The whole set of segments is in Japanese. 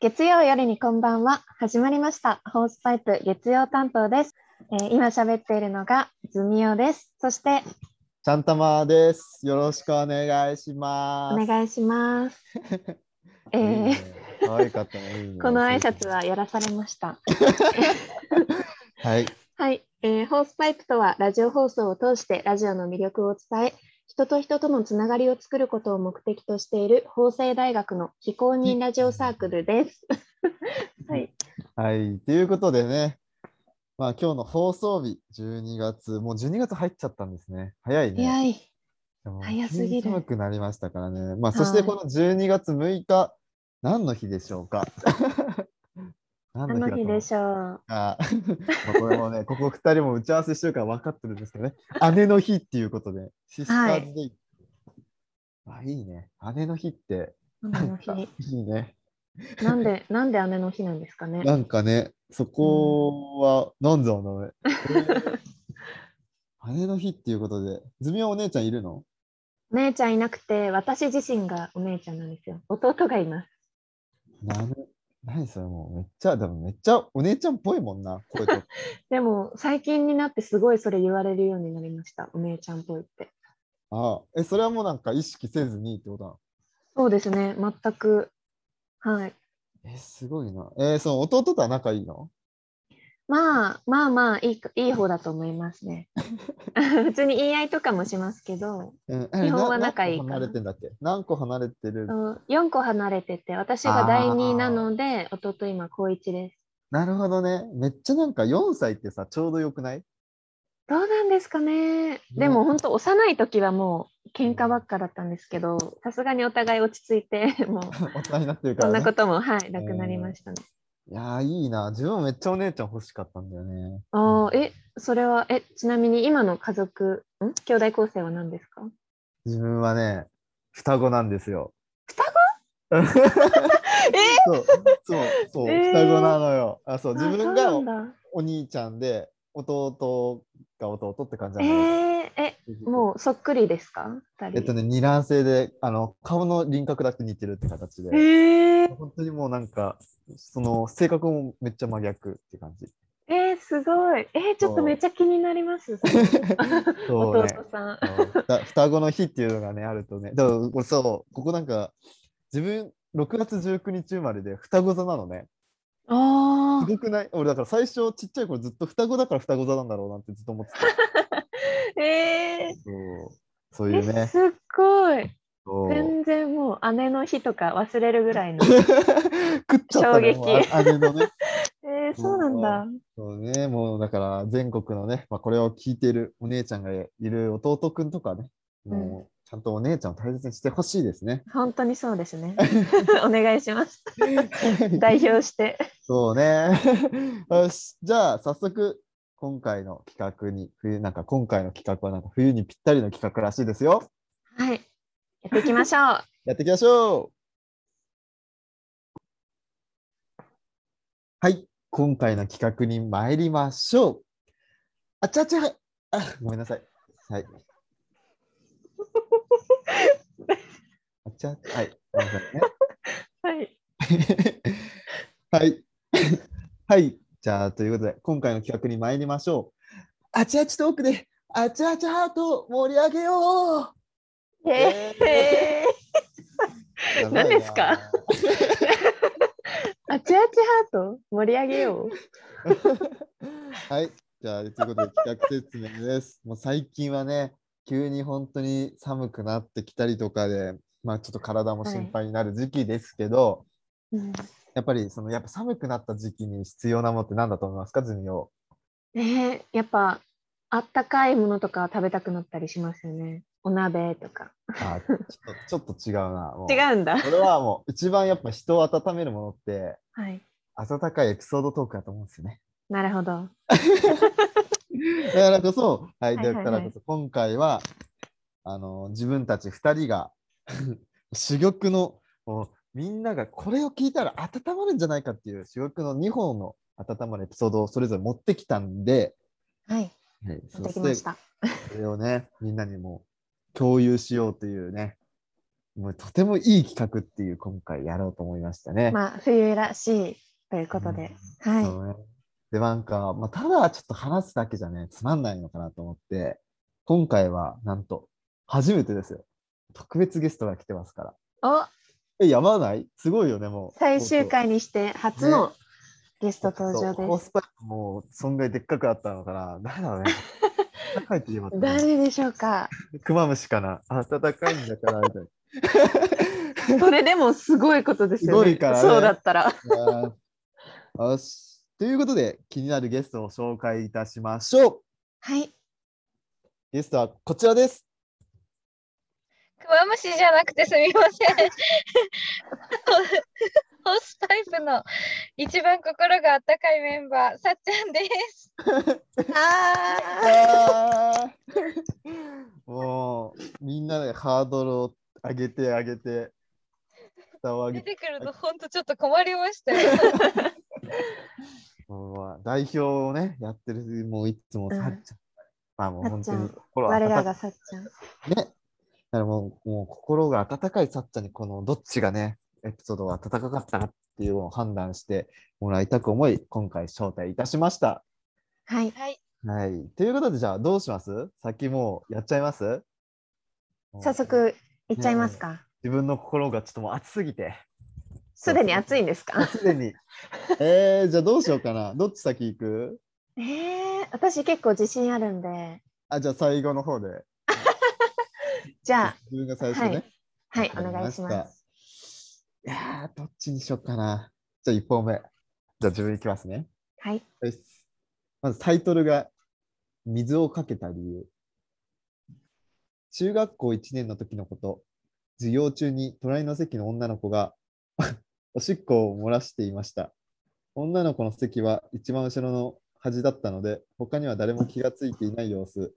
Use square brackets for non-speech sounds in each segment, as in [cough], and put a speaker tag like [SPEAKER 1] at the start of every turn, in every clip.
[SPEAKER 1] 月曜夜にこんばんは。始まりました。ホースパイプ月曜担当です。えー今喋っているのがズミオです。そして
[SPEAKER 2] ちゃんたまです。よろしくお願いし
[SPEAKER 1] お
[SPEAKER 2] ます。
[SPEAKER 1] 願いし
[SPEAKER 2] [laughs]
[SPEAKER 1] ます。え
[SPEAKER 2] いい
[SPEAKER 1] ー
[SPEAKER 2] ね可愛かったね。いいね
[SPEAKER 1] この挨拶は。やらされました。
[SPEAKER 2] はい。
[SPEAKER 1] はい、えーホースパイプとはラジオ放送を通してラジオの魅力を伝え人と人とのつながりを作ることを目的としている法政大学の非公認ラジオサークルです。はい、
[SPEAKER 2] はい。ということでね、まあ今日の放送日、12月、もう12月入っちゃったんですね。早いね。
[SPEAKER 1] 早 [laughs] い。
[SPEAKER 2] でも
[SPEAKER 1] 早すぎる
[SPEAKER 2] 急に寒くなりましたからね。ま
[SPEAKER 1] は
[SPEAKER 2] あ
[SPEAKER 1] い
[SPEAKER 2] そしてこの12月6日、何の日でしょうか [laughs]
[SPEAKER 1] 何
[SPEAKER 2] 何
[SPEAKER 1] の日で
[SPEAKER 2] ょう
[SPEAKER 1] しょう。
[SPEAKER 2] かまあこ [laughs] れもね、ここ2人も打ち合わせしてるから分かってるんですけどね。姉の日っていうことで、シスターズデイ。あ、いいね。姉の日って
[SPEAKER 1] 何の
[SPEAKER 2] [laughs]
[SPEAKER 1] 日。
[SPEAKER 2] いいね。
[SPEAKER 1] なんで、なんで姉の日なんですかね。
[SPEAKER 2] なんかね、そこは、なんだろうね。えー姉の日っていうことで、ズミはお姉ちゃんいるの
[SPEAKER 1] お姉ちゃんいなくて、私自身がお姉ちゃんなんですよ。弟がいます。
[SPEAKER 2] なに、何それもうめっちゃ、でもめっちゃお姉ちゃんっぽいもんな、声と。
[SPEAKER 1] でも、最近になってすごいそれ言われるようになりました。お姉ちゃんっぽいって。
[SPEAKER 2] ああ、え、それはもうなんか意識せずにってことな
[SPEAKER 1] そうですね、全く。はい。
[SPEAKER 2] のえ、すごいな。えーその弟とは仲いいの
[SPEAKER 1] まあまあまあいいかいい方だと思います [laughs] ね。普通に言い合いとかもしますけど、
[SPEAKER 2] うん、
[SPEAKER 1] 基本は仲いいかな
[SPEAKER 2] 何個離れてんだっけ何個離れてる
[SPEAKER 1] 4個離れてて、私が第2なので、弟今高1です。
[SPEAKER 2] なるほどね。めっちゃなんか4歳ってさ、ちょうどよくない [laughs]
[SPEAKER 1] どうなんですかね。でも本当幼い時はもう喧嘩ばっかだったんですけど、さすがにお互い落ち着いて、もう
[SPEAKER 2] 大人になってるか
[SPEAKER 1] そん
[SPEAKER 2] ら、ね。
[SPEAKER 1] なことも、はい、なくなりましたね。
[SPEAKER 2] いやー、いいな。自分もめっちゃお姉ちゃん欲しかったんだよね。
[SPEAKER 1] あーえ、それは、え、ちなみに今の家族、ん兄弟構成は何ですか
[SPEAKER 2] 自分はね、双子なんですよ。
[SPEAKER 1] 双
[SPEAKER 2] [laughs] 子
[SPEAKER 1] え
[SPEAKER 2] そう、そう、そう、
[SPEAKER 1] えー
[SPEAKER 2] 双子なのよ。あ、そう、自分
[SPEAKER 1] あ
[SPEAKER 2] が
[SPEAKER 1] そう
[SPEAKER 2] お
[SPEAKER 1] なんだ
[SPEAKER 2] 兄ちゃんで、弟が弟って感じ
[SPEAKER 1] え
[SPEAKER 2] なんだよ。
[SPEAKER 1] ー、え、もうそっくりですか二人
[SPEAKER 2] えっとね、二卵性で、あの、顔の輪郭だけ似てるって形で。
[SPEAKER 1] えー、
[SPEAKER 2] 本当にもうなんか、その性格もめっちゃ真逆って感じ。
[SPEAKER 1] えー、すごい。えー、ちょっとめっちゃ気になり
[SPEAKER 2] [laughs]
[SPEAKER 1] ます。それ
[SPEAKER 2] そう
[SPEAKER 1] 弟
[SPEAKER 2] ね。
[SPEAKER 1] さん。
[SPEAKER 2] そう双双子の日っていうのがねあるとねでもこれそうここなんか自分6月19日生まれで双子座なのね
[SPEAKER 1] あ
[SPEAKER 2] すごくない俺だから最初ちっちゃい頃ずっと双子だから双子座なんだろうなってずっと思ってた
[SPEAKER 1] あ、え
[SPEAKER 2] そうそう
[SPEAKER 1] ー、
[SPEAKER 2] いう
[SPEAKER 1] え、
[SPEAKER 2] ね
[SPEAKER 1] すっごい。
[SPEAKER 2] そ
[SPEAKER 1] [laughs]
[SPEAKER 2] う
[SPEAKER 1] 全然もう姉の日とか忘れるぐらいの。
[SPEAKER 2] [laughs] 食っちゃったね
[SPEAKER 1] 衝撃
[SPEAKER 2] もうあ姉のね
[SPEAKER 1] えー、そうなんだ。
[SPEAKER 2] そうねもうだから全国のね、まあ、これを聞いているお姉ちゃんがいる弟くんとかねもうちゃんとお姉ちゃんを大切にしてほしいです [laughs] ね
[SPEAKER 1] 本当にそうですね。 [laughs] お願いします。代表して。
[SPEAKER 2] そうね。 [laughs] よし、じゃあ早速今回の企画に冬なんか今回の企画はなんか冬にぴったりの企画らしいですよ。
[SPEAKER 1] はい。やっていき [laughs] ましょう。
[SPEAKER 2] やっていきましょう。はい、今回の企画に参りましょう。あちゃちゃあごめんなさい。はい。あちゃはい。ごめんなさいね。
[SPEAKER 1] はい。
[SPEAKER 2] はい。はい。じゃあ、ということで、今回の企画に参りましょう。あちあちトークで、あちあちハートを盛り上げよう
[SPEAKER 1] えー、え
[SPEAKER 2] やばいな
[SPEAKER 1] 何ですかー、あちあちハート盛り上げよう。
[SPEAKER 2] はい。じゃあ、ということで、企画説明です。 [laughs] もう最近はね、急に本当に寒くなってきたりとかで、まあ、ちょっと体も心配になる時期ですけど、
[SPEAKER 1] うん
[SPEAKER 2] やっぱり、その、やっぱ寒くなった時期に必要なものって何だと思いますか、ズミオ。
[SPEAKER 1] ねえやっぱあったかいものとか食べたくなったりしますよねお鍋とか
[SPEAKER 2] あちょっと [laughs] ちょっと違うな。もう
[SPEAKER 1] 違うんだ
[SPEAKER 2] これはもう一番やっぱ人を温めるものって
[SPEAKER 1] はい
[SPEAKER 2] 温かいエピソードトークだと思うんですよね。
[SPEAKER 1] なるほど
[SPEAKER 2] だからこそ、はい、
[SPEAKER 1] はいはいは
[SPEAKER 2] だ
[SPEAKER 1] い
[SPEAKER 2] からこそ今回はあの自分たち2人が [laughs] 珠玉のもうみんながこれを聞いたら温まるんじゃないかっていう珠玉の2本の温まるエピソードをそれぞれ持ってきたんで、
[SPEAKER 1] はい
[SPEAKER 2] はい、
[SPEAKER 1] 持
[SPEAKER 2] そ
[SPEAKER 1] ってきまし
[SPEAKER 2] して
[SPEAKER 1] た
[SPEAKER 2] それをねみんなにも共有しようというねもうとてもいい企画っていう今回やろうと思いましたね。
[SPEAKER 1] まあ、冬らしいということで。はい。
[SPEAKER 2] そうねで、なんか、まあ、ただちょっと話すだけじゃね、つまんないのかなと思って、今回はなんと、初めてですよ。特別ゲストが来てますから。
[SPEAKER 1] お
[SPEAKER 2] え、やばないすごいよね、もう。
[SPEAKER 1] 最終回にして初のゲス
[SPEAKER 2] そ
[SPEAKER 1] ト
[SPEAKER 2] うそう
[SPEAKER 1] 登場
[SPEAKER 2] そうホー
[SPEAKER 1] です。
[SPEAKER 2] スパイプも、そんぐらいでっかくあったのかな。誰だろうね。暖かいって言えばったな。
[SPEAKER 1] 誰でしょうか
[SPEAKER 2] クマムシかな。暖かいんだから、みたいな。
[SPEAKER 1] それでもすごいことですよね。
[SPEAKER 2] すごいからね
[SPEAKER 1] そうだったら。
[SPEAKER 2] いやー [laughs] よし。ということで、気になるゲストを紹介いたしましょう。
[SPEAKER 1] はい。
[SPEAKER 2] ゲストはこちらです。
[SPEAKER 3] クマムシじゃなくてすみません。ホースパイプの一番心があったかいメンバー、さっちゃんです。
[SPEAKER 1] あ
[SPEAKER 2] [laughs] もう、みんなでハードルを上げて上げて、蓋を上
[SPEAKER 3] 出
[SPEAKER 2] げて、
[SPEAKER 3] てくると本当ちょっと困りましたよ。
[SPEAKER 2] もう代表をね、やってる、もういつもさっちゃん。まあもう本当
[SPEAKER 1] さっ
[SPEAKER 2] に
[SPEAKER 1] ちゃん
[SPEAKER 2] 心温
[SPEAKER 1] 我ら
[SPEAKER 2] か
[SPEAKER 1] が
[SPEAKER 2] く
[SPEAKER 1] さっちゃん。
[SPEAKER 2] ね。だからもう、もう心が温かいさっちゃんに、このどっちがね、エピソードが温かかったかっていうのを判断してもらいたく思い、今回招待いたしました。
[SPEAKER 1] はい。
[SPEAKER 3] はい、
[SPEAKER 2] はい。ということで、じゃあどうします先もうやっちゃいます
[SPEAKER 1] 早。速いっちゃいますか。
[SPEAKER 2] 自分の心がちょっともう熱すぎて。
[SPEAKER 1] すでに暑いんです
[SPEAKER 2] も
[SPEAKER 1] か。
[SPEAKER 2] うすでに。えー、じゃあどうしようかな。どっち先行く
[SPEAKER 1] えー、私結構自信あるんで。
[SPEAKER 2] あ、じゃあ最後の方で。
[SPEAKER 1] じゃ
[SPEAKER 2] 自分が最初ね。
[SPEAKER 1] あ、はい、お
[SPEAKER 2] わかり
[SPEAKER 1] 願いし
[SPEAKER 2] した
[SPEAKER 1] ます。。
[SPEAKER 2] いやー、どっちにしようかな。じゃあ1本目。じゃあ自分行きますね。
[SPEAKER 1] はい。
[SPEAKER 2] よしまずタイトルが「水をかけた理由」中学校1年の時のこと授業中に隣の席の女の子が [laughs] おしっこを漏らしていました女の子の席は一番後ろの端だったので他には誰も気がついていない様子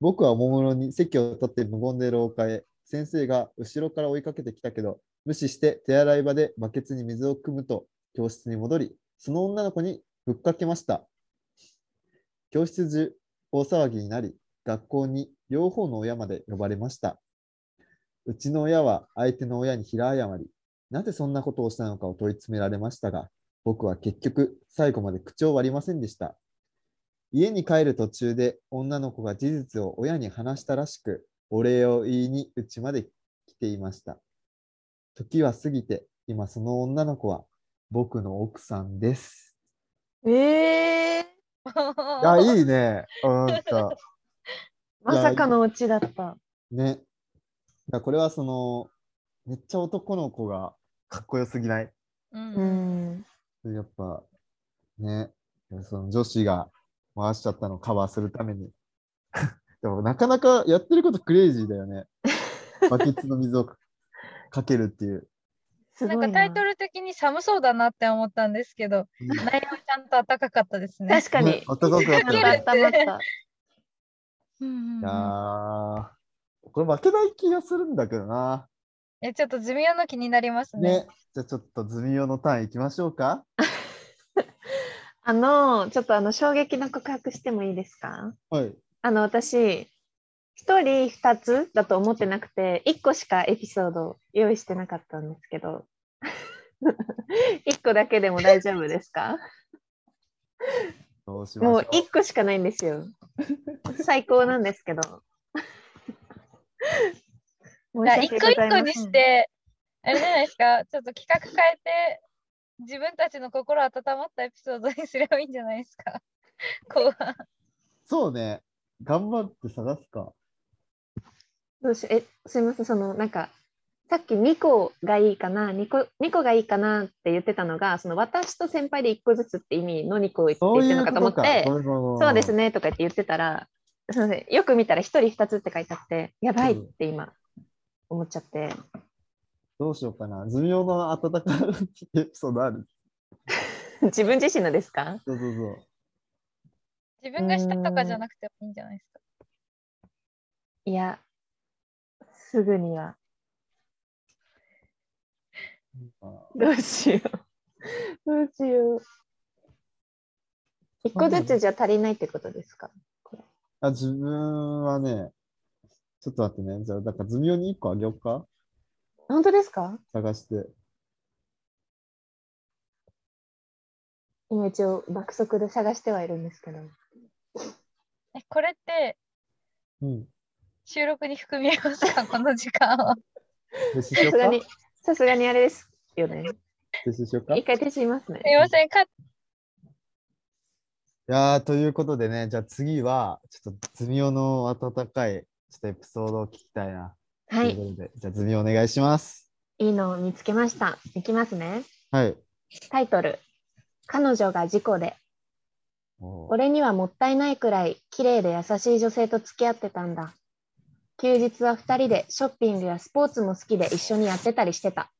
[SPEAKER 2] 僕はおもむろに席を立って無言で廊下へ先生が後ろから追いかけてきたけど無視して手洗い場でバケツに水を汲むと教室に戻りその女の子にぶっかけました。教室中、大騒ぎになり、学校に両方の親まで呼ばれました。うちの親は相手の親に平謝り、なぜそんなことをしたのかを問い詰められましたが、僕は結局、最後まで口を割りませんでした。家に帰る途中で女の子が事実を親に話したらしく、お礼を言いにうちまで来ていました。時は過ぎて、今その女の子は僕の奥さんです。
[SPEAKER 1] えー、
[SPEAKER 2] いや、
[SPEAKER 1] [laughs]
[SPEAKER 2] いいね。うんと。
[SPEAKER 1] まさかのオチだった。
[SPEAKER 2] ね。だからこれはその、めっちゃ男の子がかっこよすぎない。
[SPEAKER 3] う、
[SPEAKER 1] うんん。
[SPEAKER 2] やっぱ、ね。その女子が回しちゃったのをカバーするために。 [laughs] でもなかなかやってることクレイジーだ
[SPEAKER 1] [laughs]
[SPEAKER 2] よね。バケツの水をかかけるっていう。
[SPEAKER 1] す
[SPEAKER 3] なん
[SPEAKER 1] ご
[SPEAKER 3] か
[SPEAKER 1] い
[SPEAKER 3] タ
[SPEAKER 1] な
[SPEAKER 3] イ。トル的に寒そうだなって思ったんですけど、内容ちゃんと暖かかったですね。
[SPEAKER 1] 確かに。
[SPEAKER 2] 男の子だっ
[SPEAKER 1] ち
[SPEAKER 2] た
[SPEAKER 1] ょ
[SPEAKER 2] ら
[SPEAKER 1] っと温まった。
[SPEAKER 3] うんう
[SPEAKER 2] い
[SPEAKER 3] んうん
[SPEAKER 2] やーこれ負けない気がするんだけどな。
[SPEAKER 3] え、ちょっと地味な気になりますね。
[SPEAKER 2] ね。じゃあちょっとズミオのターンいきましょうか。
[SPEAKER 1] あの、ちょっとあの衝撃の告白してもいいですか。
[SPEAKER 2] はい。
[SPEAKER 1] あの、私。一人二つだと思ってなくて、一個しかエピソード用意してなかったんですけど。一個だけでも大丈夫ですか。
[SPEAKER 2] どうしましょう。
[SPEAKER 1] もう一個しかないんですよ。最高なんですけど。 [laughs] 申
[SPEAKER 3] じゃあ
[SPEAKER 1] し
[SPEAKER 3] 一
[SPEAKER 1] 訳
[SPEAKER 3] 個
[SPEAKER 1] ご
[SPEAKER 3] 一
[SPEAKER 1] ざいま
[SPEAKER 3] 個
[SPEAKER 1] せん
[SPEAKER 3] にして、あれじゃないですか、ちょっと企画変えて、自分たちの心温まったエピソードにすればいいんじゃないですか。 [laughs] 後半。
[SPEAKER 2] そうね。頑張って探すか。
[SPEAKER 1] どうしようえすいませんそのなんかさっき2個がいいかな2個 ,2 個がいいかなって言ってたのがその私と先輩で1個ずつって意味の2個を言って
[SPEAKER 2] そう
[SPEAKER 1] 言って
[SPEAKER 2] い
[SPEAKER 1] る
[SPEAKER 2] う
[SPEAKER 1] の
[SPEAKER 2] こ
[SPEAKER 1] かと思っ
[SPEAKER 2] とか。
[SPEAKER 1] て
[SPEAKER 2] ごめんごめんごめん
[SPEAKER 1] そうです。ねとか言って言ってたらすいませんよく見たら1人2つって書いてあってやばいって今思っちゃって
[SPEAKER 2] どうしようかな。ズミオの温かいエピソードある。
[SPEAKER 1] 自分自身のですか
[SPEAKER 2] そうそうそう。
[SPEAKER 3] 自分がしたとかじゃなくてもいいんじゃないですか。
[SPEAKER 1] いやすぐには
[SPEAKER 2] あ
[SPEAKER 1] どうしようどうしよう1個ずつじゃ足りないってことですか
[SPEAKER 2] あ自分はね、ちょっと待ってね。じゃあ、だからズミオに1個あげようか。
[SPEAKER 1] 本当ですか
[SPEAKER 2] 探して。
[SPEAKER 1] 今一応爆速で探してはいるんですけど。
[SPEAKER 3] えこれって
[SPEAKER 2] うん。
[SPEAKER 3] 収録に含みますか [laughs] この時間を。
[SPEAKER 2] 停止し
[SPEAKER 1] さ
[SPEAKER 2] よう
[SPEAKER 1] すが
[SPEAKER 2] か
[SPEAKER 1] に、さすがにあれですよね。
[SPEAKER 2] 停止しようか
[SPEAKER 1] 一回停止しますね
[SPEAKER 3] す。いません、カッ
[SPEAKER 2] いやーということでね、じゃあ次は、ちょっとズミオの温かいちょっとエピソードを聞きたいな。
[SPEAKER 1] は
[SPEAKER 2] と
[SPEAKER 1] い、
[SPEAKER 2] いうことで、じゃあズミオお願いします。
[SPEAKER 1] いいのを見つけました。いきますね。
[SPEAKER 2] はい。
[SPEAKER 1] タイトル。彼女が事故で。
[SPEAKER 2] おー
[SPEAKER 1] 俺にはもったいないくらい綺麗で優しい女性と付き合ってたんだ。休日は2人でショッピングやスポーツも好きで一緒にやってたりしてた。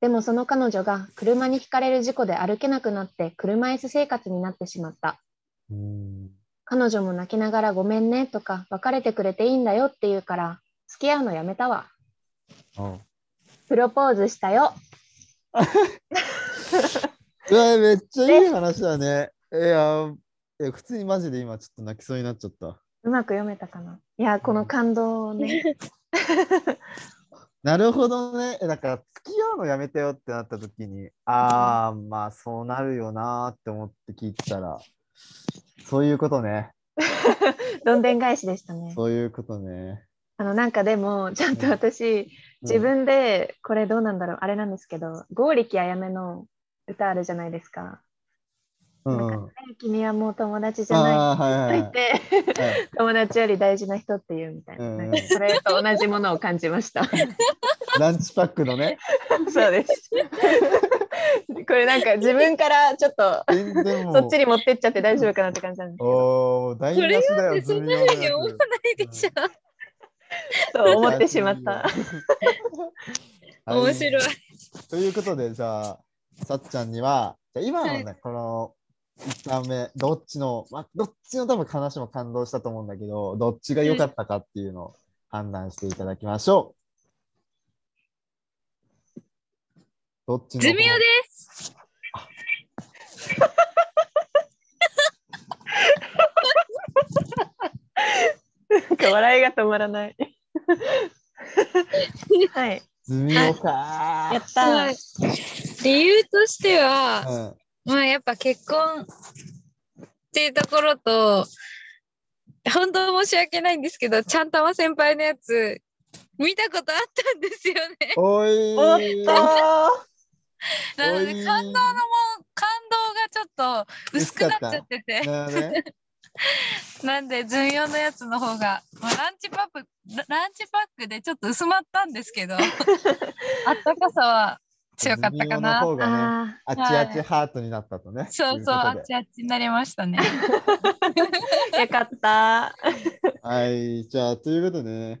[SPEAKER 1] でもその彼女が車にひかれる事故で歩けなくなって車椅子生活になってしまった。
[SPEAKER 2] うーん
[SPEAKER 1] 彼女も泣きながらごめんねとか別れてくれていいんだよって言うから付き合うのやめたわ。
[SPEAKER 2] おう
[SPEAKER 1] プロポーズしたよ。
[SPEAKER 2] うわ、めっちゃいい話だね。いや、いや普通にマジで今ちょっと泣きそうになっちゃった。
[SPEAKER 1] うまく読めたかないや、この感動を
[SPEAKER 2] [laughs]
[SPEAKER 1] ね。
[SPEAKER 2] なるほどね。えだから、付き合うのやめてよってなった時に、ああ、まあそうなるよなーって思って聞いてたら、そういうことね。
[SPEAKER 1] どんでん返しでしたね。
[SPEAKER 2] そういうことね。
[SPEAKER 1] あのなんかでもちょっと私
[SPEAKER 2] うん
[SPEAKER 1] 自分でこれどうなんだろうあれなんですけど剛力あやめの歌あるじゃないですか
[SPEAKER 2] うん。
[SPEAKER 1] なん「君はもう友達じゃない」
[SPEAKER 2] ああー、はいは
[SPEAKER 1] と言っ
[SPEAKER 2] いはい。
[SPEAKER 1] て
[SPEAKER 2] はい
[SPEAKER 1] [laughs] 友達より大事な人っていうみたいな
[SPEAKER 2] うん
[SPEAKER 1] なんかそれと同じものを感じました
[SPEAKER 2] ランチパックのね、
[SPEAKER 1] そうですこれなんか自分からちょっと
[SPEAKER 2] 全然もう。
[SPEAKER 1] そっちに持ってっちゃって大丈夫かなって感じなんですけど
[SPEAKER 2] おー、台無しだよ、
[SPEAKER 3] そん
[SPEAKER 2] ズミオの
[SPEAKER 3] なふ
[SPEAKER 2] や
[SPEAKER 3] うに思わ
[SPEAKER 2] つ
[SPEAKER 3] ないでしょ。
[SPEAKER 1] そう思ってしまった。
[SPEAKER 2] はい
[SPEAKER 3] [laughs] 面白い。
[SPEAKER 2] ということで、じゃあ、さっちゃんには、じゃあ今のね、
[SPEAKER 3] は
[SPEAKER 2] この1段目、どっちの、まあ、どっちの多分話も感動したと思うんだけど、どっちが良かったかっていうのを判断していただきましょう。どっちの
[SPEAKER 3] ズミオです。
[SPEAKER 1] なんか笑いが止まらないはい
[SPEAKER 2] ズミオか
[SPEAKER 1] やっ
[SPEAKER 3] は
[SPEAKER 1] た
[SPEAKER 3] い理由としては、
[SPEAKER 2] ー。うん
[SPEAKER 3] まあやっぱ結婚っていうところと本当申し訳ないんですけどちゃんたま先輩のやつ見たことあったんですよね。
[SPEAKER 2] おい
[SPEAKER 1] おっとー
[SPEAKER 3] なの
[SPEAKER 2] おい
[SPEAKER 3] で感動のも感動がちょっと薄くなっちゃってて
[SPEAKER 2] なるほどね
[SPEAKER 3] なんでズン用のやつの方が、まあ、ランチパックラランチパックでちょっと薄まったんですけど
[SPEAKER 2] [laughs]
[SPEAKER 3] あったかさは強かった
[SPEAKER 2] ズミオ
[SPEAKER 3] かな
[SPEAKER 2] の方がね
[SPEAKER 1] あー
[SPEAKER 2] あっちあっちハートになったとね。
[SPEAKER 3] そうそうあっ
[SPEAKER 2] ち。
[SPEAKER 3] ちあっちになりましたね。
[SPEAKER 1] よかった。
[SPEAKER 2] はい、じゃあ、ということでね。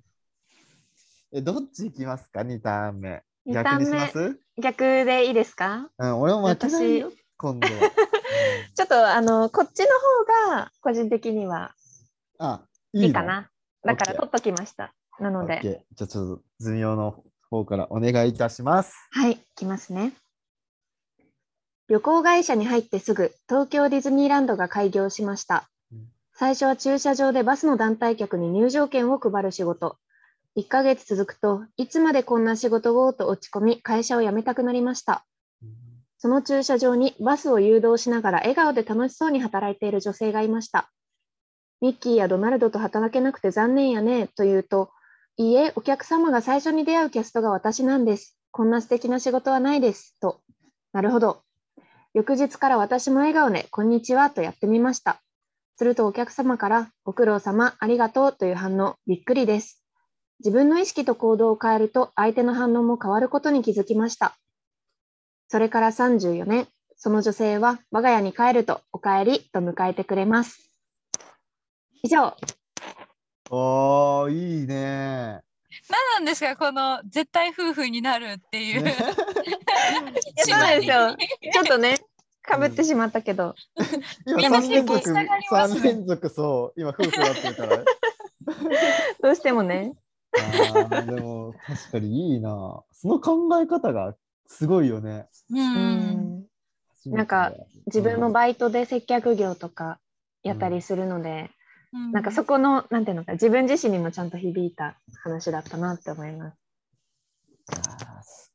[SPEAKER 2] え、どっち行きますか ?2 ターン目。
[SPEAKER 1] 二ター
[SPEAKER 2] 逆
[SPEAKER 1] ン
[SPEAKER 2] に
[SPEAKER 1] 目
[SPEAKER 2] します
[SPEAKER 1] 逆でいいですか。
[SPEAKER 2] うん、俺も負けないよ、
[SPEAKER 1] [laughs]
[SPEAKER 2] 今度は。うん
[SPEAKER 1] ちょっとあのこっちの方が個人的には
[SPEAKER 2] あ、いい
[SPEAKER 1] い
[SPEAKER 2] の
[SPEAKER 1] いか。な。だから
[SPEAKER 2] OK
[SPEAKER 1] 取っときました。な
[SPEAKER 2] オ
[SPEAKER 1] の
[SPEAKER 2] ッ
[SPEAKER 1] で
[SPEAKER 2] ケ、ーじゃあ、ちょっと、ズミオの方からお願いいたします。
[SPEAKER 1] はい、いきますね。旅行会社に入ってすぐ東京ディズニーランドが開業しました
[SPEAKER 2] うん。
[SPEAKER 1] 最初は駐車場でバスの団体客に入場券を配る仕事。1ヶ月続くといつまでこんな仕事をと落ち込み会社を辞めたくなりました。その駐車場にバスを誘導しながら笑顔で楽しそうに働いている女性がいました。ミッキーやドナルドと働けなくて残念やねと言うと、いいえ、お客様が最初に出会うキャストが私なんです。こんな素敵な仕事はないです。と。なるほど。翌日から私も笑顔で、こんにちはとやってみました。するとお客様から、ご苦労様、ありがとうという反応、びっくりです。自分の意識と行動を変えると、相手の反応も変わることに気づきました。それから34年、その女性は我が家に帰ると、お帰りと迎えてくれます。以上、
[SPEAKER 2] おー、いいね。
[SPEAKER 3] 何なんですかこの絶対夫婦になるっていう。
[SPEAKER 2] ね
[SPEAKER 1] い [laughs] やそうなんですよ
[SPEAKER 3] 姉妹に
[SPEAKER 1] ちょっとね、かぶってしまったけど、
[SPEAKER 2] 今、
[SPEAKER 1] や
[SPEAKER 2] 3連続、
[SPEAKER 3] 私も従います
[SPEAKER 2] 三連続、そう、今、夫婦だってるから。
[SPEAKER 1] どうしてもね、
[SPEAKER 2] あーでも、確かにいいな。その考え方がすごいよね。
[SPEAKER 3] うん。
[SPEAKER 2] 初めて
[SPEAKER 1] なんか自分もバイトで接客業とかやったりするので、なんかそこの、なんていうのか、自分自身にもちゃんと響いた話だったなって思います。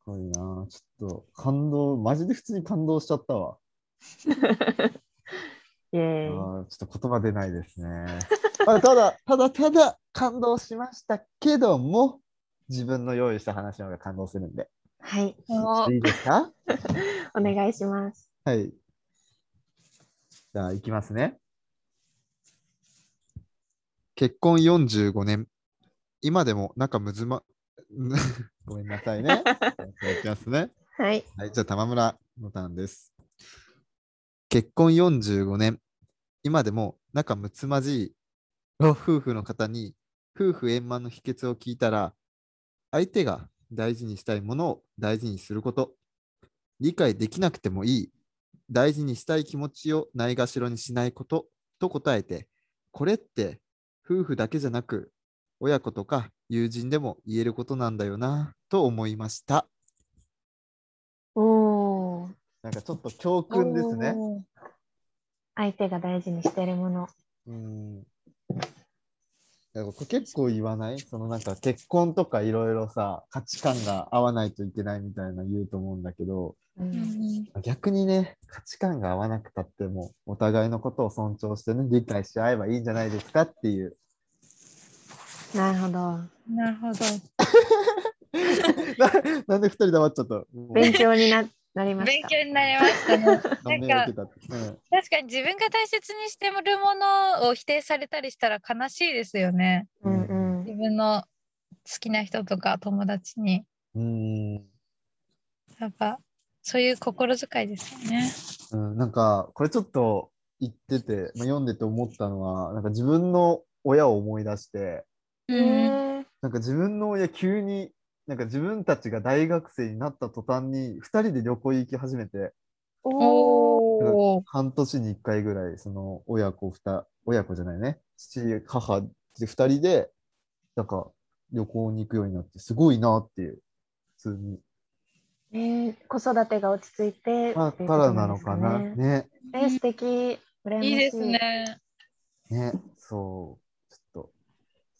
[SPEAKER 2] ごいな。ちょっと感動、マジで普通に感動しちゃったわ。
[SPEAKER 1] イ
[SPEAKER 2] あ
[SPEAKER 1] エーイ。
[SPEAKER 2] ーちょっと言葉出ないですね。まあただ、ただただ感動しましたけども、自分の用意した話の方が感動するんで。
[SPEAKER 1] はい、
[SPEAKER 3] もう
[SPEAKER 2] いいですか
[SPEAKER 1] お願いします。
[SPEAKER 2] はい。じゃあ、いきますね。結婚45年。今でも仲むずま、 [laughs] ごめんなさいね。いきますね。
[SPEAKER 1] はい、
[SPEAKER 2] はい、じゃあ、玉村のターンです。結婚45年、今でも仲睦まじい老夫婦の方に、夫婦円満の秘訣を聞いたら、相手が大事にしたいものを大事にすること、理解できなくてもいい、大事にしたい気持ちをないがしろにしないことと答えて、これって夫婦だけじゃなく、親子とか友人でも言えることなんだよなと思いました。
[SPEAKER 1] おー
[SPEAKER 2] なんかちょっと教訓ですね。
[SPEAKER 3] おー
[SPEAKER 1] 相手が大事にしてるもの。
[SPEAKER 2] うん。だからこれ結構言わないそのなんか結婚とかいろいろさ価値観が合わないといけないみたいな言うと思うんだけど
[SPEAKER 1] う、
[SPEAKER 3] うんん
[SPEAKER 2] 逆にね価値観が合わなくたってもお互いのことを尊重してね理解し合えばいいんじゃないですかっていう [laughs]
[SPEAKER 1] なるほど。
[SPEAKER 3] なるほど。
[SPEAKER 2] ななんで二人黙っちゃったもう
[SPEAKER 1] 勉強にななりまし
[SPEAKER 3] 勉
[SPEAKER 1] た。
[SPEAKER 3] 強になりましたね。
[SPEAKER 2] 感銘を受けたってうん
[SPEAKER 3] 確かに自分が大切にしてるものを否定されたりしたら悲しいですよね。
[SPEAKER 1] うんうん。
[SPEAKER 3] 自分の好きな人とか友達に。
[SPEAKER 2] うん
[SPEAKER 3] やっぱそういう心遣いですよね。
[SPEAKER 2] うん、なんかこれちょっと言ってて、まあ、読んでて思ったのはなんか自分の親を思い出して
[SPEAKER 3] うん。
[SPEAKER 2] なんか自分の親急になんか自分たちが大学生になった途端に2人で旅行行き始めて
[SPEAKER 1] おお。
[SPEAKER 3] おお。
[SPEAKER 2] 半年に1回ぐらいその親子2親子じゃないね父母で2人でなんか旅行に行くようになってすごいなっていう普通に
[SPEAKER 1] ね、子育てが落ち着いて
[SPEAKER 2] あ
[SPEAKER 1] っていう
[SPEAKER 2] か
[SPEAKER 1] こと
[SPEAKER 2] らなの
[SPEAKER 1] です
[SPEAKER 2] かな
[SPEAKER 1] ね
[SPEAKER 2] ね
[SPEAKER 1] え素敵羨ましい
[SPEAKER 3] いいですね。
[SPEAKER 2] ねそうちょっと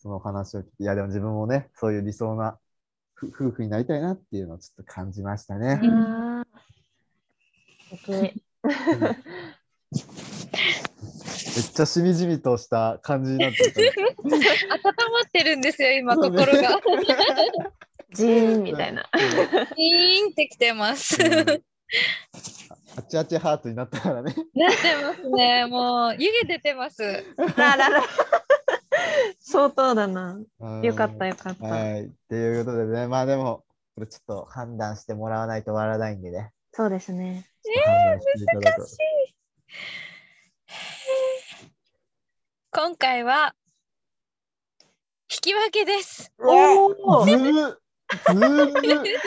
[SPEAKER 2] その話を聞いていやでも自分もねそういう理想なふ夫婦になりたいなっていうのをちょっと感じましたね。
[SPEAKER 3] うん
[SPEAKER 1] あー素敵
[SPEAKER 2] めっちゃしみじみとした感じになっちゃったね。
[SPEAKER 1] [laughs]
[SPEAKER 3] 温まってるんですよ、今、
[SPEAKER 2] そうね [laughs]
[SPEAKER 3] 心が。
[SPEAKER 1] ジーンみたいな
[SPEAKER 3] ピーンってきてます。
[SPEAKER 2] う
[SPEAKER 3] なっ
[SPEAKER 2] ん
[SPEAKER 3] て
[SPEAKER 2] あっちあっちハートになったからね。
[SPEAKER 3] ますね。もう、湯気出てます。
[SPEAKER 1] あらら相当だな [laughs] よかったよかった、
[SPEAKER 2] はい。っていうことでね、まあでも、これちょっと判断してもらわないと笑わないんでね。
[SPEAKER 1] そうですね
[SPEAKER 2] えー、難しい。
[SPEAKER 3] 今回は、引き分けです。
[SPEAKER 1] お
[SPEAKER 2] ず
[SPEAKER 1] ー
[SPEAKER 2] るずる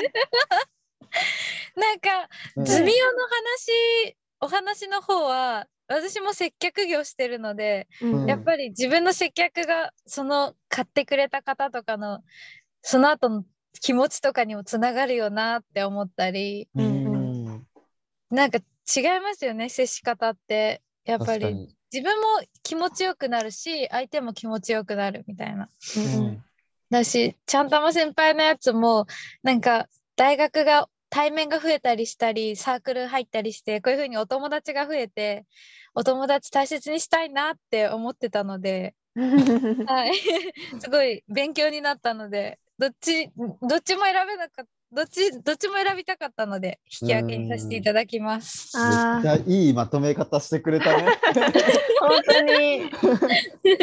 [SPEAKER 3] なんか、
[SPEAKER 2] うん
[SPEAKER 3] ズミオの話、お話の方は、私も接客業してるので、
[SPEAKER 2] うん
[SPEAKER 3] やっぱり自分の接客がその買ってくれた方とかのその後の気持ちとかにもつながるよなって思ったり
[SPEAKER 2] うん
[SPEAKER 3] なんか違いますよね接し方ってやっぱ
[SPEAKER 2] 確か
[SPEAKER 3] り
[SPEAKER 2] に。
[SPEAKER 3] 自分も気持ちよくなるし相手も気持ちよくなるみたいな
[SPEAKER 1] うん
[SPEAKER 3] だしちゃんたま先輩のやつもなんか大学が対面が増えたりしたりサークル入ったりしてこういうふうにお友達が増えてお友達大切にしたいなって思ってたので。
[SPEAKER 1] うん
[SPEAKER 3] はい、 [laughs] すごい勉強になったので、どっち、どっちも選べなかった。どっちどっちも選びたかったので引き分けにさせていただきます。
[SPEAKER 1] [laughs] あ
[SPEAKER 2] め
[SPEAKER 1] ー
[SPEAKER 2] っちゃいいまとめ方してくれたね。
[SPEAKER 1] 本当に [laughs]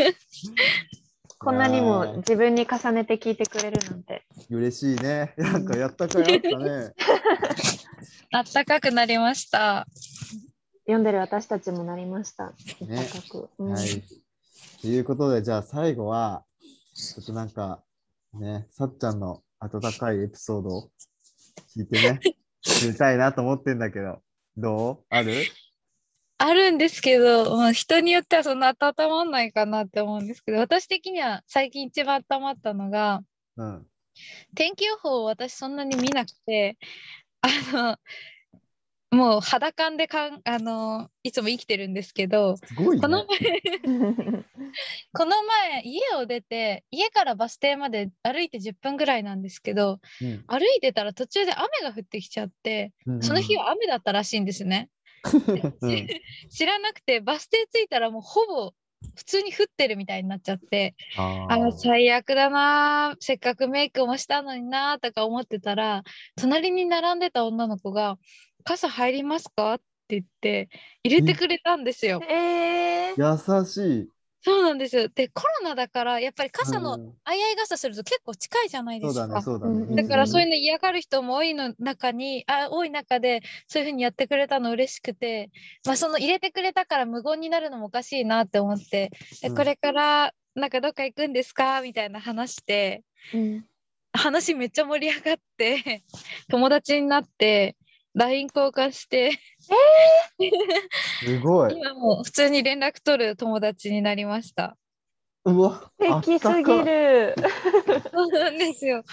[SPEAKER 1] こんなに
[SPEAKER 2] いや
[SPEAKER 1] も
[SPEAKER 2] ー
[SPEAKER 1] 自分に重ねて聞いてくれるなんて
[SPEAKER 2] 嬉しいね。なんかやったかいあった
[SPEAKER 3] [laughs]
[SPEAKER 2] ね。
[SPEAKER 3] あったかくなりました。
[SPEAKER 1] 読んでる私たちもなりました
[SPEAKER 2] ね
[SPEAKER 1] 高く、うん
[SPEAKER 3] [laughs]
[SPEAKER 2] はい。ということで、じゃあ最後は、ちょっとなんか、ね、さっちゃんの温かいエピソードを聞いて
[SPEAKER 3] [laughs]
[SPEAKER 2] ね、知りたいなと思ってんだけど、どうある
[SPEAKER 3] あるんですけど、まあ、人によってはそんな温まんないかなって思うんですけど、私的には最近一番温まったのが、
[SPEAKER 2] うん。
[SPEAKER 3] 天気予報を私そんなに見なくてあのもう肌感でかんあのいつも生きてるんですけど
[SPEAKER 2] すごいね。
[SPEAKER 3] この前この前家を出て家からバス停まで歩いて10分ぐらいなんですけど
[SPEAKER 2] うん
[SPEAKER 3] 歩いてたら途中で雨が降ってきちゃって
[SPEAKER 2] うん
[SPEAKER 3] その日は雨だったらしいんで
[SPEAKER 2] [laughs]
[SPEAKER 3] すね。
[SPEAKER 2] うん
[SPEAKER 3] 知らなくてバス停着いたらもうほぼ普通に降ってるみたいになっちゃって
[SPEAKER 2] あ
[SPEAKER 3] あー
[SPEAKER 2] ー
[SPEAKER 3] 最悪だなーせっかくメイクもしたのになーとか思ってたら隣に並んでた女の子が「傘入りますか?」って言って入れてくれたんですよ。
[SPEAKER 1] えー、
[SPEAKER 2] 優しい。
[SPEAKER 3] そうなんですよでコロナだからやっぱり傘の
[SPEAKER 2] うん
[SPEAKER 3] 相合い傘すると結構近いじゃないで
[SPEAKER 2] そう
[SPEAKER 3] す
[SPEAKER 2] だ
[SPEAKER 3] か。
[SPEAKER 2] ね、そうだね。
[SPEAKER 1] うん
[SPEAKER 3] だからそういう
[SPEAKER 2] う
[SPEAKER 3] の嫌がる人も多いの中にあ多い中でそういうふうにやってくれたの嬉しくて、まあ、その入れてくれたから無言になるのもおかしいなって思って、え
[SPEAKER 2] うん
[SPEAKER 3] これからなんかどっか行くんですかみたいな話して
[SPEAKER 1] うん、
[SPEAKER 3] 話めっちゃ盛り上がって [laughs] 友達になって LINE 交換して
[SPEAKER 2] すごい。
[SPEAKER 3] 今もう普通に連絡取る友達になりました。
[SPEAKER 2] うわ、
[SPEAKER 1] 素敵すぎ
[SPEAKER 2] あったかい。
[SPEAKER 1] る。
[SPEAKER 3] そうなんですよ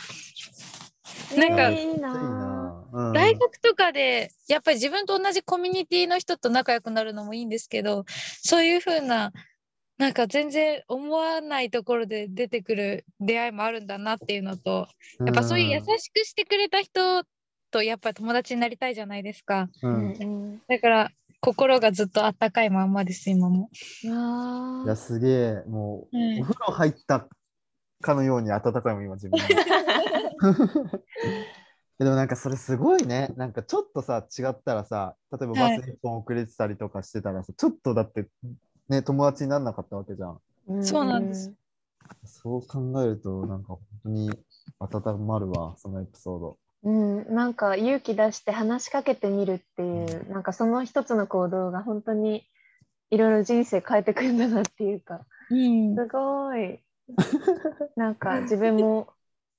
[SPEAKER 3] なんか
[SPEAKER 1] えーいい
[SPEAKER 2] いい
[SPEAKER 1] な
[SPEAKER 2] なあ。うん
[SPEAKER 3] 大学とかでやっぱり自分と同じコミュニティの人と仲良くなるのもいいんですけどそういう風ななんか全然思わないところで出てくる出会いもあるんだなっていうのとやっぱそういう優しくしてくれた人とやっぱり友達になりたいじゃないですか
[SPEAKER 2] う
[SPEAKER 1] ぁ。
[SPEAKER 2] ん
[SPEAKER 1] うん
[SPEAKER 3] だから心がずっとあったかいまんまです今も、
[SPEAKER 1] うん
[SPEAKER 2] いや、すげえ。もう、
[SPEAKER 3] うん
[SPEAKER 2] お風呂入ったかのように温かいもん、今、自
[SPEAKER 3] [laughs]
[SPEAKER 2] 分がでもなんかそれすごいね。なんかちょっとさ、違ったらさ、例えば
[SPEAKER 3] はい
[SPEAKER 2] バス一本遅れてたりとかしてたらさ、ちょっとだって、ね、友達にならなかったわけじゃん。
[SPEAKER 1] うん
[SPEAKER 3] そうなんです。
[SPEAKER 2] そう考えると、なんか本当に温まるわ、そのエピソード。
[SPEAKER 1] うん、なんか勇気出して話しかけてみるっていう、なんかその一つの行動が本当にいろいろ人生変えてくんだなっていうか、
[SPEAKER 3] うん
[SPEAKER 1] すご
[SPEAKER 2] [laughs]
[SPEAKER 1] い。なんか自分も、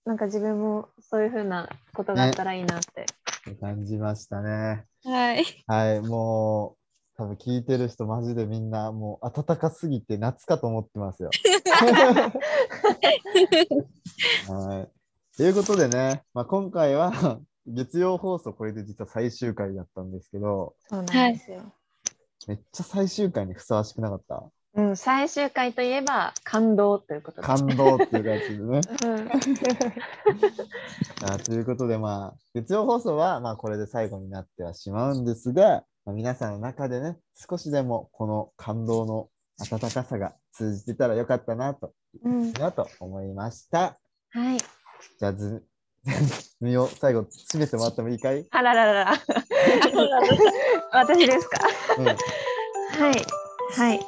[SPEAKER 1] なんか自分もそういうふうなことがあったらいいなっ
[SPEAKER 3] [laughs]
[SPEAKER 1] て。
[SPEAKER 2] 感じましたね。
[SPEAKER 3] はい
[SPEAKER 2] はい、もう、多分聞いてる人、マジでみんな、もう暖かすぎて夏かと思ってますよ。はい。ということでね、まあ、今回は [laughs] 月曜放送、これで実は最終回だったんですけど、
[SPEAKER 1] そうなんですよ。
[SPEAKER 2] めっちゃ最終回にふさわしくなかった。
[SPEAKER 1] うん、最終回といえば感動ということで。
[SPEAKER 2] 感動っていう感じでね。
[SPEAKER 1] うん
[SPEAKER 2] あということで、まあ、月曜放送は、まあ、これで最後になってはしまうんですが、まあ、皆さんの中でね、少しでもこの感動の温かさが通じてたらよかったなと、
[SPEAKER 1] うん、
[SPEAKER 2] なと思いました。
[SPEAKER 1] はい。
[SPEAKER 2] じゃあ、ず、 [laughs] みを最後、締めてもらってもいいかい、うん、
[SPEAKER 1] あらららら。 [laughs] 私ですか。はい、はい、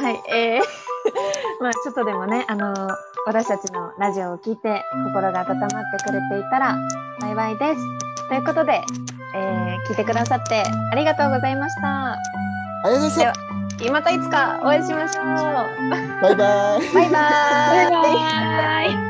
[SPEAKER 1] はい、えー [laughs] まあちょっとでもね、あのー私たちのラジオを聞いて心が温まってくれていたら幸いです。ということで、えー聞いてくださってありがとうございました。
[SPEAKER 2] ありがとうございまし
[SPEAKER 1] では
[SPEAKER 2] た
[SPEAKER 1] またいつかお会いしましょう。
[SPEAKER 2] バ
[SPEAKER 1] バイ
[SPEAKER 2] イバイ
[SPEAKER 1] バーイ。
[SPEAKER 3] バイバーイ